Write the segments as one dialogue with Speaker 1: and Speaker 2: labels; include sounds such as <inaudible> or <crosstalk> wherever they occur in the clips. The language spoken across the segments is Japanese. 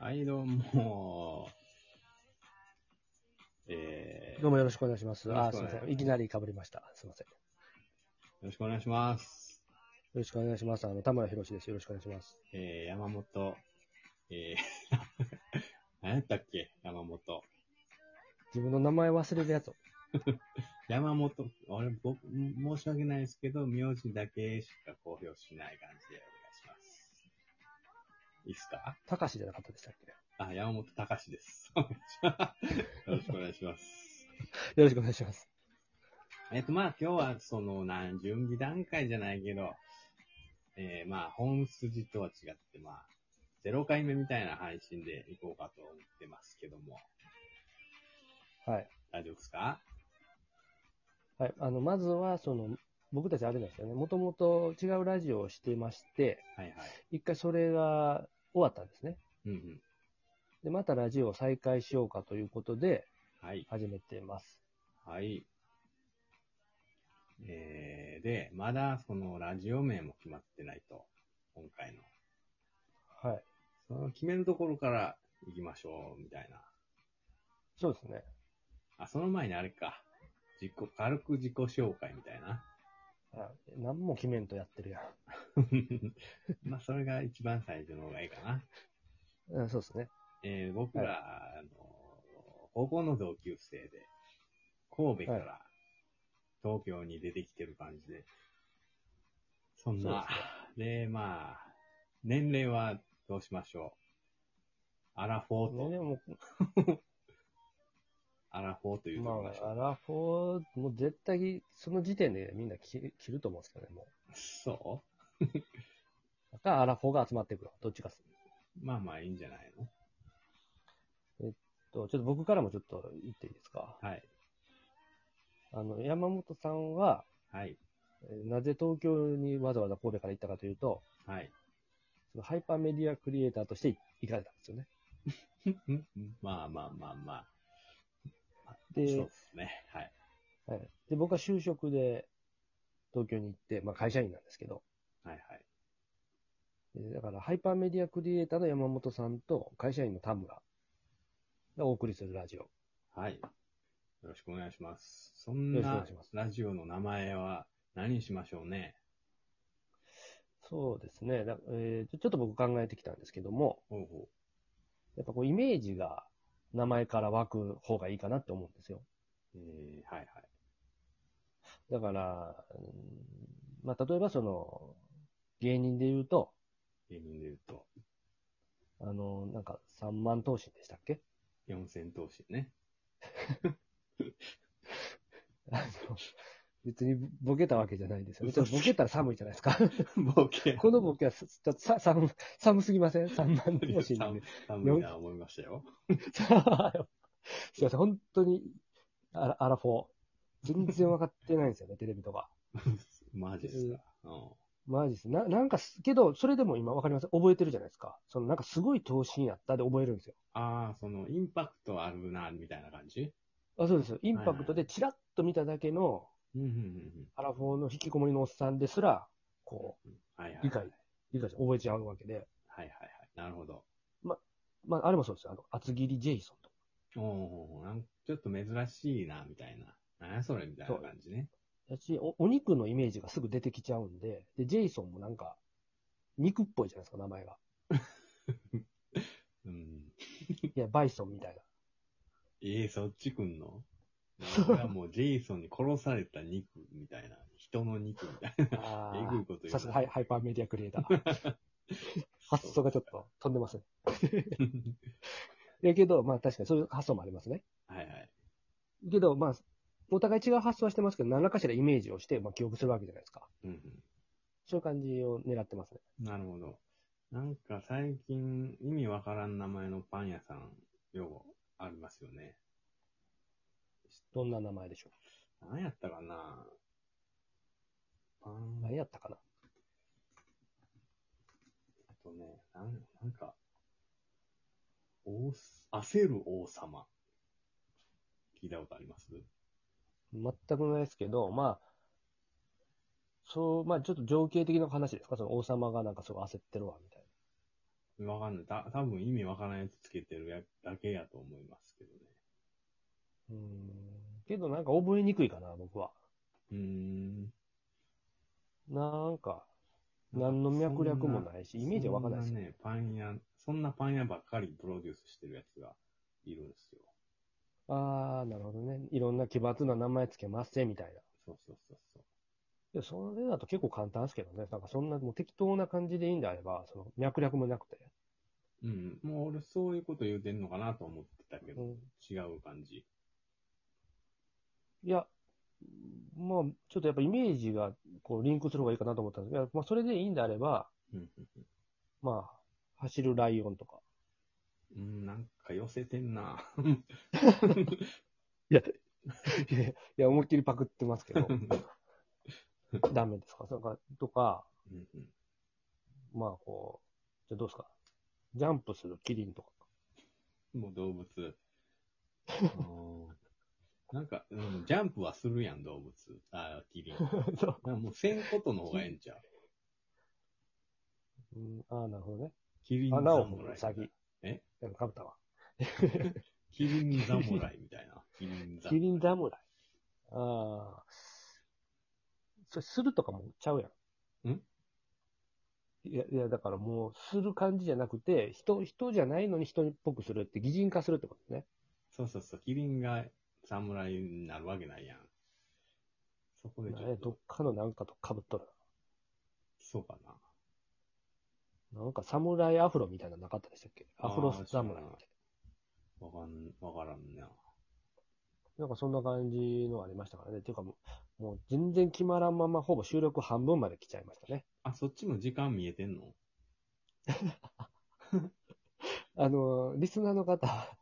Speaker 1: はい、どうも。えー、
Speaker 2: どうもよろしくお願いします。
Speaker 1: よろ
Speaker 2: あ
Speaker 1: し
Speaker 2: ー、
Speaker 1: くお
Speaker 2: すみ
Speaker 1: 願いしま
Speaker 2: ま
Speaker 1: す
Speaker 2: せん。いきなり被りました。すみません。よ
Speaker 1: よろしくお願いします。
Speaker 2: ろしくお願いします。あの、田村博士です。よろしくお願いします。
Speaker 1: えー、山本。えー、 <laughs> 何やったっけ山本。
Speaker 2: 自分の名前忘れるやつ。
Speaker 1: 山本、俺、僕、申し訳ないですけど、名字だけしか公表しない感じでお願いします。いいっすか
Speaker 2: たかしじゃなかったでしたっけ
Speaker 1: あ、山本隆です。 <laughs> お願いしますよろしくお願いします。
Speaker 2: よろしくお願いします。
Speaker 1: えっと、まあ、今日は、その、なん、準備段階じゃないけど、えー、まあ、本筋とは違って、まあ、0回目みたいな配信でいこうかと思ってますけども、
Speaker 2: はい。
Speaker 1: 大丈夫ですか
Speaker 2: はい。あの、まずは、その、僕たちあれなんですよね。もともと違うラジオをしてまして、
Speaker 1: はいはい。
Speaker 2: 一回それが終わったんですね。
Speaker 1: うんうん。
Speaker 2: で、またラジオを再開しようかということで、
Speaker 1: はい。
Speaker 2: 始めてます。
Speaker 1: はい。えー、で、まだ、その、ラジオ名も決まってないと、今回の。
Speaker 2: はい。
Speaker 1: その、決めるところから行きましょう、みたいな。
Speaker 2: そうですね。
Speaker 1: あ、その前にあれか。自己、軽く自己紹介みたいな。
Speaker 2: あ何も決めんとやってるやん。
Speaker 1: <laughs> まあ、それが一番最初の方がいいかな。
Speaker 2: うん、そうですね。
Speaker 1: えー僕ら、あの、高校の同級生で、神戸か
Speaker 2: は
Speaker 1: ら東京に出てきてる感じで、そんな、でまあ、年齢はどうしましょう。アラフォー
Speaker 2: ね、
Speaker 1: と、
Speaker 2: でも、
Speaker 1: アラフォーというと
Speaker 2: ま
Speaker 1: ころでしょう
Speaker 2: あ、アラフォー、もう絶対、その時点でみんな切切ると思うんですけどね、も。
Speaker 1: そう
Speaker 2: だからアラフォーが集まってくる。どっちかっす
Speaker 1: うまあまあいいんじゃないの
Speaker 2: と、ちょっと僕からもちょっと言っていいですか。
Speaker 1: はい。
Speaker 2: あの、山本さんは、
Speaker 1: はい。
Speaker 2: えーなぜ東京にわざわざ神戸から行ったかというと、
Speaker 1: はい。
Speaker 2: そのハイパーメディアクリエイターとして行かれたんですよね。
Speaker 1: まあまあまあまあ。そう
Speaker 2: で
Speaker 1: ですね。はい。
Speaker 2: はい、で僕は就職で東京に行って、まあ、会社員なんですけど、
Speaker 1: はいはい。
Speaker 2: でだからハイパーメディアクリエイターの山本さんと会社員の田村がお送りするラジオ。
Speaker 1: はい。よろしくお願いします。そん
Speaker 2: よろしくお願
Speaker 1: ない
Speaker 2: します
Speaker 1: ラジオの名前は何にしましょうね。
Speaker 2: そうですね、だえーちょちょっと僕考えてきたんですけども、
Speaker 1: ほうほ
Speaker 2: やっぱこうイメージが名前から湧く方がいいかなって思うんですよ。
Speaker 1: う。えー、はいはい。
Speaker 2: だから、うんまあ、例えばその芸人で言うと、
Speaker 1: 芸人で言うと、
Speaker 2: あの、なんか三万頭身でしたっけ
Speaker 1: 四千頭身
Speaker 2: <laughs>
Speaker 1: ね。
Speaker 2: あの別にボケたわけじゃないですよね。ちょっとボケたら寒いじゃ
Speaker 1: <laughs>
Speaker 2: ないですか。
Speaker 1: ボケ。
Speaker 2: このボケはすちょっとさ寒寒すぎません ?3 万頭
Speaker 1: いや
Speaker 2: 身な
Speaker 1: 寒
Speaker 2: んで
Speaker 1: い。寒いな思いましたよ。
Speaker 2: すいません、本当にアラアラフォー。全然分かってないんですよね、テレビとか。
Speaker 1: マジっすか。うん。
Speaker 2: マジです。ななんかす、けど、それでも今分かります。覚えてるじゃないですか。そのなんかすごい頭身やったで覚えるんですよ。
Speaker 1: ああ、その、インパクトあるな、みたいな感じ
Speaker 2: あそうです。インパクトでチラッと見ただけの
Speaker 1: うんうん
Speaker 2: アラフォーの引きこもりのおっさんですら、こう、
Speaker 1: うんうん。はいはい。
Speaker 2: 理解。、理解して覚えちゃうわけで。
Speaker 1: はいはいはい。なるほど。
Speaker 2: まあ、あれもそうですよ。あの、厚切りジェイソンとか。
Speaker 1: おー、なんかちょっと珍しいな、みたいな。なんやそれみたいな感じね。
Speaker 2: だしお、お肉のイメージがすぐ出てきちゃうんで、で、ジェイソンもなんか、肉っぽいじゃないですか、名前が。
Speaker 1: うん。
Speaker 2: いや、バイソンみたいな。
Speaker 1: ええそっちくんの俺はもうジェイソンに殺された肉みたいな、人の肉みた
Speaker 2: <laughs>
Speaker 1: いな。
Speaker 2: あ
Speaker 1: えぐいこと言うな
Speaker 2: さすがハイハイパーメディアクリエイタ <laughs> ー。発想がちょっと飛んでますね。やけど、まあ確かにそういう発想もありますね。
Speaker 1: <laughs> はいはい。
Speaker 2: けど、まあ、お互い違う発想はしてますけど、何らかしらイメージをして、まあ記憶するわけじゃないですか。
Speaker 1: うん
Speaker 2: そういう感じを狙ってますね。
Speaker 1: うん、なるほど。なんか最近意味わからん名前のパン屋さん、ようありますよね。
Speaker 2: どんな名前でしょ
Speaker 1: 何やったかなパ
Speaker 2: う。
Speaker 1: ン、
Speaker 2: 何やったかな。
Speaker 1: えっとね、なんなんか、王す焦る王様。聞いたことあります
Speaker 2: 全くないですけど、まあ、そう、まあちょっと情景的な話ですかその王様がなんかすごい焦ってるわ、みたい
Speaker 1: わかんない。た、多分意味わからないやつつけてるやだけやと思いますけどね。
Speaker 2: な。うん。けどなんか覚えにくいかな、僕は。
Speaker 1: うーん。
Speaker 2: なんか、何の脈略もないし、イメージはわかんないです
Speaker 1: そ
Speaker 2: よ
Speaker 1: ん。なね、パン屋、そんなパン屋ばっかりプロデュースしてるやつがいるんですよ。
Speaker 2: あー、なるほどね。いろんな奇抜な名前つけますぜ、みたいな。
Speaker 1: そうそうそうそう。
Speaker 2: で、それだと結構簡単ですけどね。なんかそんなもう適当な感じでいいんであれば、その脈略もなくて。
Speaker 1: うん。もう俺そういうこと言うてんのかなと思ってたけ
Speaker 2: う
Speaker 1: ど、
Speaker 2: ん、
Speaker 1: 違う感じ。
Speaker 2: いや、まあ、ちょっとやっぱイメージがこうリンクする方がいいかなと思ったんですけど、まあそれでいいんであれば、
Speaker 1: うん。
Speaker 2: まあ、走るライオンとか。 <laughs>
Speaker 1: うん、なんか寄せてんな。
Speaker 2: いやいや、思いっきりパクってますけ
Speaker 1: <laughs>
Speaker 2: ど、ダメですかなんか、とか、
Speaker 1: うんうん
Speaker 2: まあこう、じゃあどうですかジャンプするキリン
Speaker 1: <laughs>
Speaker 2: とか。
Speaker 1: もう動
Speaker 2: <laughs>
Speaker 1: 物。うんなんか、うん、ジャンプはするやん、動物。あキ
Speaker 2: <laughs>
Speaker 1: リン。だか
Speaker 2: そう
Speaker 1: らもうせんことの方がええんちゃう。
Speaker 2: うん、ああ、なるほどね。
Speaker 1: キリン
Speaker 2: 穴を掘
Speaker 1: 侍
Speaker 2: るウサギ。
Speaker 1: え
Speaker 2: カブタは。
Speaker 1: キリン侍みた
Speaker 2: <laughs>
Speaker 1: いな。キリン
Speaker 2: キ
Speaker 1: 侍。
Speaker 2: リン侍。ああ。それ、するとかもちゃうやん。
Speaker 1: ん
Speaker 2: いや、いや、だからもう、する感じじゃなくて、人、人じゃないのに人っぽくするって、擬人化するってことね。
Speaker 1: そうそうそう。キリンが侍になるわけないやん。そこでちょ
Speaker 2: え
Speaker 1: っと、
Speaker 2: どっかのなんかと被っとる。
Speaker 1: そうかな。
Speaker 2: なんか、侍アフロみたいなのなかったでしたっけアフロ侍みたい
Speaker 1: あーわかん、わからんな。
Speaker 2: な。なんか、そんな感じのありましたからね。っていうかもう、もう全然決まらんまま、ほぼ収録半分まで来ちゃいましたね。
Speaker 1: あ、そっちも時間見えてんの
Speaker 2: あの、リスナーの方 <laughs> は、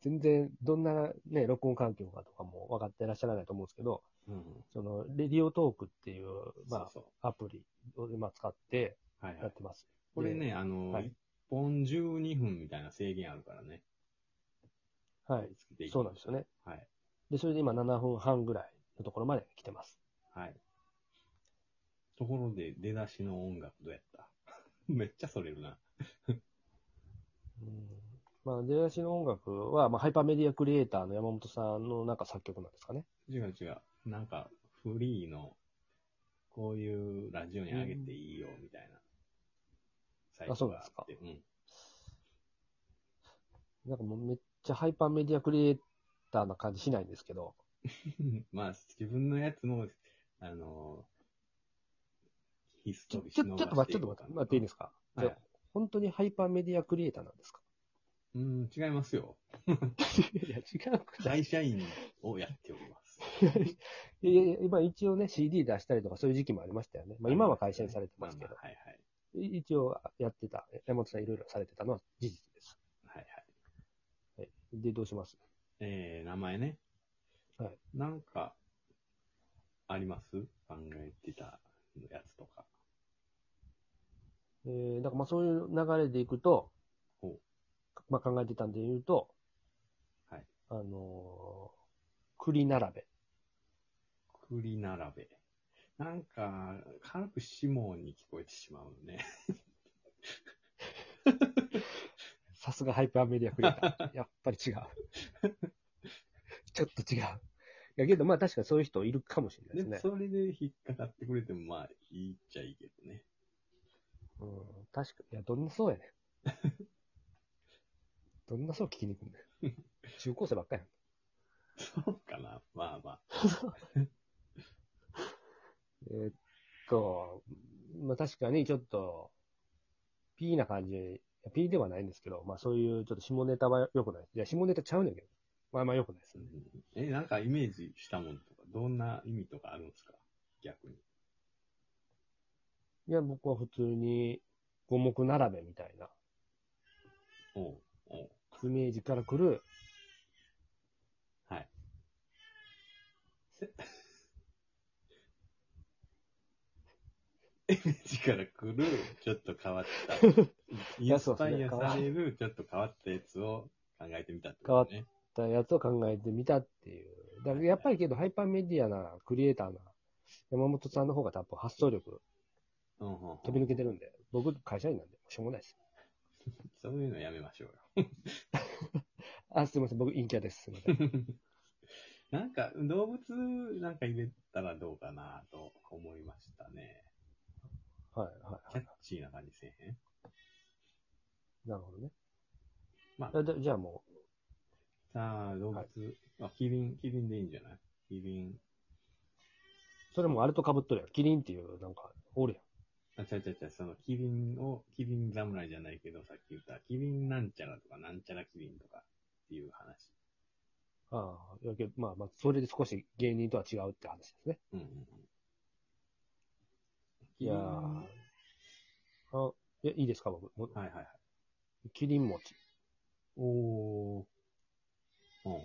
Speaker 2: 全然どんなね、録音環境かとかも分かってらっしゃらないと思うんですけど、
Speaker 1: うん。
Speaker 2: その、レディオトークっていう、ま
Speaker 1: そう
Speaker 2: あ、アプリを今使って
Speaker 1: そう。はいは
Speaker 2: やっ
Speaker 1: い。
Speaker 2: てます。
Speaker 1: これね、あの、一、
Speaker 2: はい
Speaker 1: 本12分みたいな制限あるからね。
Speaker 2: はい。
Speaker 1: つけていき
Speaker 2: そうなんですよね。
Speaker 1: はい。
Speaker 2: で、それで今7分半ぐらいのところまで来てます。
Speaker 1: はい。ところで、出だしの音楽どうやった <laughs> めっちゃそれるな。
Speaker 2: うんまあ、出だしの音楽は、まあ、ハイパーメディアクリエイターの山本さんのなんか作曲なんですかね。
Speaker 1: 違う違う。なんか、フリーの、こういうラジオにあげていいよ、みたいな。サイトがあって。うん。
Speaker 2: なんかもうめっちゃハイパーメディアクリエイターな感じしないんですけど、
Speaker 1: <laughs> まあ、自分のやつも、あのー、ヒス
Speaker 2: ち
Speaker 1: ト
Speaker 2: ょ、
Speaker 1: リー
Speaker 2: ちょ、ちょっと待って、ちょっと待って、待っていいですすか
Speaker 1: か
Speaker 2: じ
Speaker 1: は
Speaker 2: ゃあ
Speaker 1: い。
Speaker 2: 本当にハイパーメディアクリエイターなんですか
Speaker 1: うん、違いますよ。
Speaker 2: いや、違うくな
Speaker 1: 会
Speaker 2: い。
Speaker 1: 社員をやっております。
Speaker 2: いやいや、今一応ね、CD 出したりとかそういう時期もありましたよ <laughs> ね。まあ今は会社にされてますけど
Speaker 1: ま、あまあはいはい。
Speaker 2: い一応やってた、山本さんいろいろされてたのは事実です。
Speaker 1: はいはい。
Speaker 2: で、どうします
Speaker 1: えー、名前ね。
Speaker 2: はい。
Speaker 1: なんか、あります考えてたやつとか。
Speaker 2: えー、だからまあそういう流れでいくと
Speaker 1: ほう、
Speaker 2: まあ考えてたんで言うと、
Speaker 1: はい。
Speaker 2: あのー、栗並べ。
Speaker 1: 栗並べ。なんか、軽く指紋に聞こえてしまうね。
Speaker 2: さすがハイパーメディアクリエイター。 <laughs> やっぱり違う。ちょっと違う。いやけどまあ確かにそういう人いるかもしれないで
Speaker 1: ですも
Speaker 2: ね。
Speaker 1: それで引っかかってくれても、まあ、いいっちゃいいけどね。 <laughs>
Speaker 2: うん、確かに。いや、どんなそうやねん。 <laughs> どんなそう聞きに行くんだよ。中高生ばっかり
Speaker 1: そうかな。まあまあ。
Speaker 2: やん。えーっと、まあ確かにちょっと、ピーな感じ、いやピーではないんですけど、まあそういうちょっと下ネタは良くない。いや、下ネタちゃうねんけど。まあまあ良くないです
Speaker 1: う
Speaker 2: ね。
Speaker 1: んえ、なんかイメージしたものとか、どんな意味とかあるんですか逆に。
Speaker 2: いや、僕は普通に五目並べみたいな
Speaker 1: おうおう
Speaker 2: イメージから来る、
Speaker 1: はい。から来る、ちょっと変わった。
Speaker 2: <laughs>
Speaker 1: イ
Speaker 2: や
Speaker 1: ン
Speaker 2: そう
Speaker 1: スパ
Speaker 2: ですね
Speaker 1: イアされる、ちょっと変わったやつを考えてみたってことね。
Speaker 2: ったやつを考えてみたっていう。だからやっぱりけど、ハイパーメディアなクリエイターな山本さんの方が多分発想力
Speaker 1: うんうんうん
Speaker 2: 飛び抜けてるんで、僕会社員なんで、しょうもないです。
Speaker 1: そういうのやめましょうよ。
Speaker 2: あ、すいません、僕陰キャです。すいませ
Speaker 1: <laughs>
Speaker 2: ん。
Speaker 1: なんか、動物なんか入れたらどうかなと思いましたね。
Speaker 2: はい、は
Speaker 1: キャッチーな感じせえへん
Speaker 2: い。なるほどね。
Speaker 1: まあ
Speaker 2: あ、じゃじゃあも
Speaker 1: さあ、動物、
Speaker 2: はい
Speaker 1: あ、キリン、キリンでいいんじゃないキリン、
Speaker 2: う、それもあれと被っとるやん。キリンっていう、なんか、おるやん。
Speaker 1: あ、ちゃうちゃうちゃう、そのキリンを、キリン侍じゃないけど、さっき言った、キリンなんちゃらとか、なんちゃらキリンとかっていう話。
Speaker 2: ああ、やけどまあまあ、それで少し芸人とは違うって話ですね。
Speaker 1: うんうんうん。
Speaker 2: いやー
Speaker 1: キリン
Speaker 2: あえいいですか、僕。も
Speaker 1: はいはいはい。
Speaker 2: キリン餅。
Speaker 1: おー。ほうほ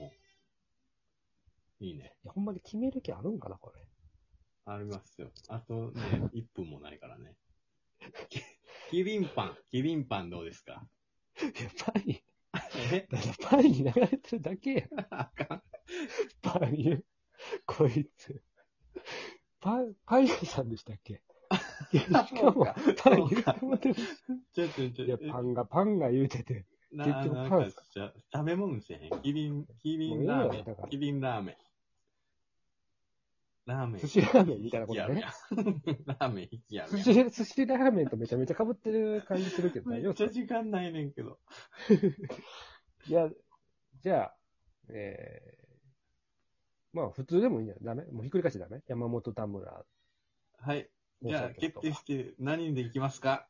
Speaker 1: う。いいね。
Speaker 2: いや、ほんまに決める気あるんかな、
Speaker 1: <laughs>
Speaker 2: これ。
Speaker 1: ありますよ。あとね、1分もないからね。 <laughs> キリンパン、キリンパンどうですか
Speaker 2: いや、パンに、
Speaker 1: え
Speaker 2: だからパンに流れてるだけやん。
Speaker 1: あか <laughs> ん。
Speaker 2: パン言う。こいつ。パン、パン屋さんでしたっ
Speaker 1: <laughs>
Speaker 2: けいやしかも、パン言うてもてるし
Speaker 1: ちょっとち
Speaker 2: いや
Speaker 1: ょっと、。
Speaker 2: パンが、パンが言うてて。
Speaker 1: な
Speaker 2: 結局
Speaker 1: なん
Speaker 2: パン
Speaker 1: か
Speaker 2: っす
Speaker 1: じゃ食べ物にせえへん。キリン、キリン
Speaker 2: もう
Speaker 1: ラーメ
Speaker 2: いいやろだから
Speaker 1: ン。キリンラーメン。ラーメン。
Speaker 2: 寿司ラーメンみたいなことね
Speaker 1: 引きあるやん。ラーメン引きある
Speaker 2: 寿
Speaker 1: やん。
Speaker 2: 司、寿司ラーメンとめちゃめちゃ被ってる感じするけど、
Speaker 1: め
Speaker 2: 大丈夫
Speaker 1: っ
Speaker 2: です
Speaker 1: ち
Speaker 2: か
Speaker 1: ゃ時間ないねんけど。
Speaker 2: いや、じゃあ、えー、まあ普通でもいいんじゃないダメもうひっくり返してダメ山本田村。
Speaker 1: はい。じゃあ、
Speaker 2: 大阪と
Speaker 1: 決
Speaker 2: か
Speaker 1: 定して何で行きますか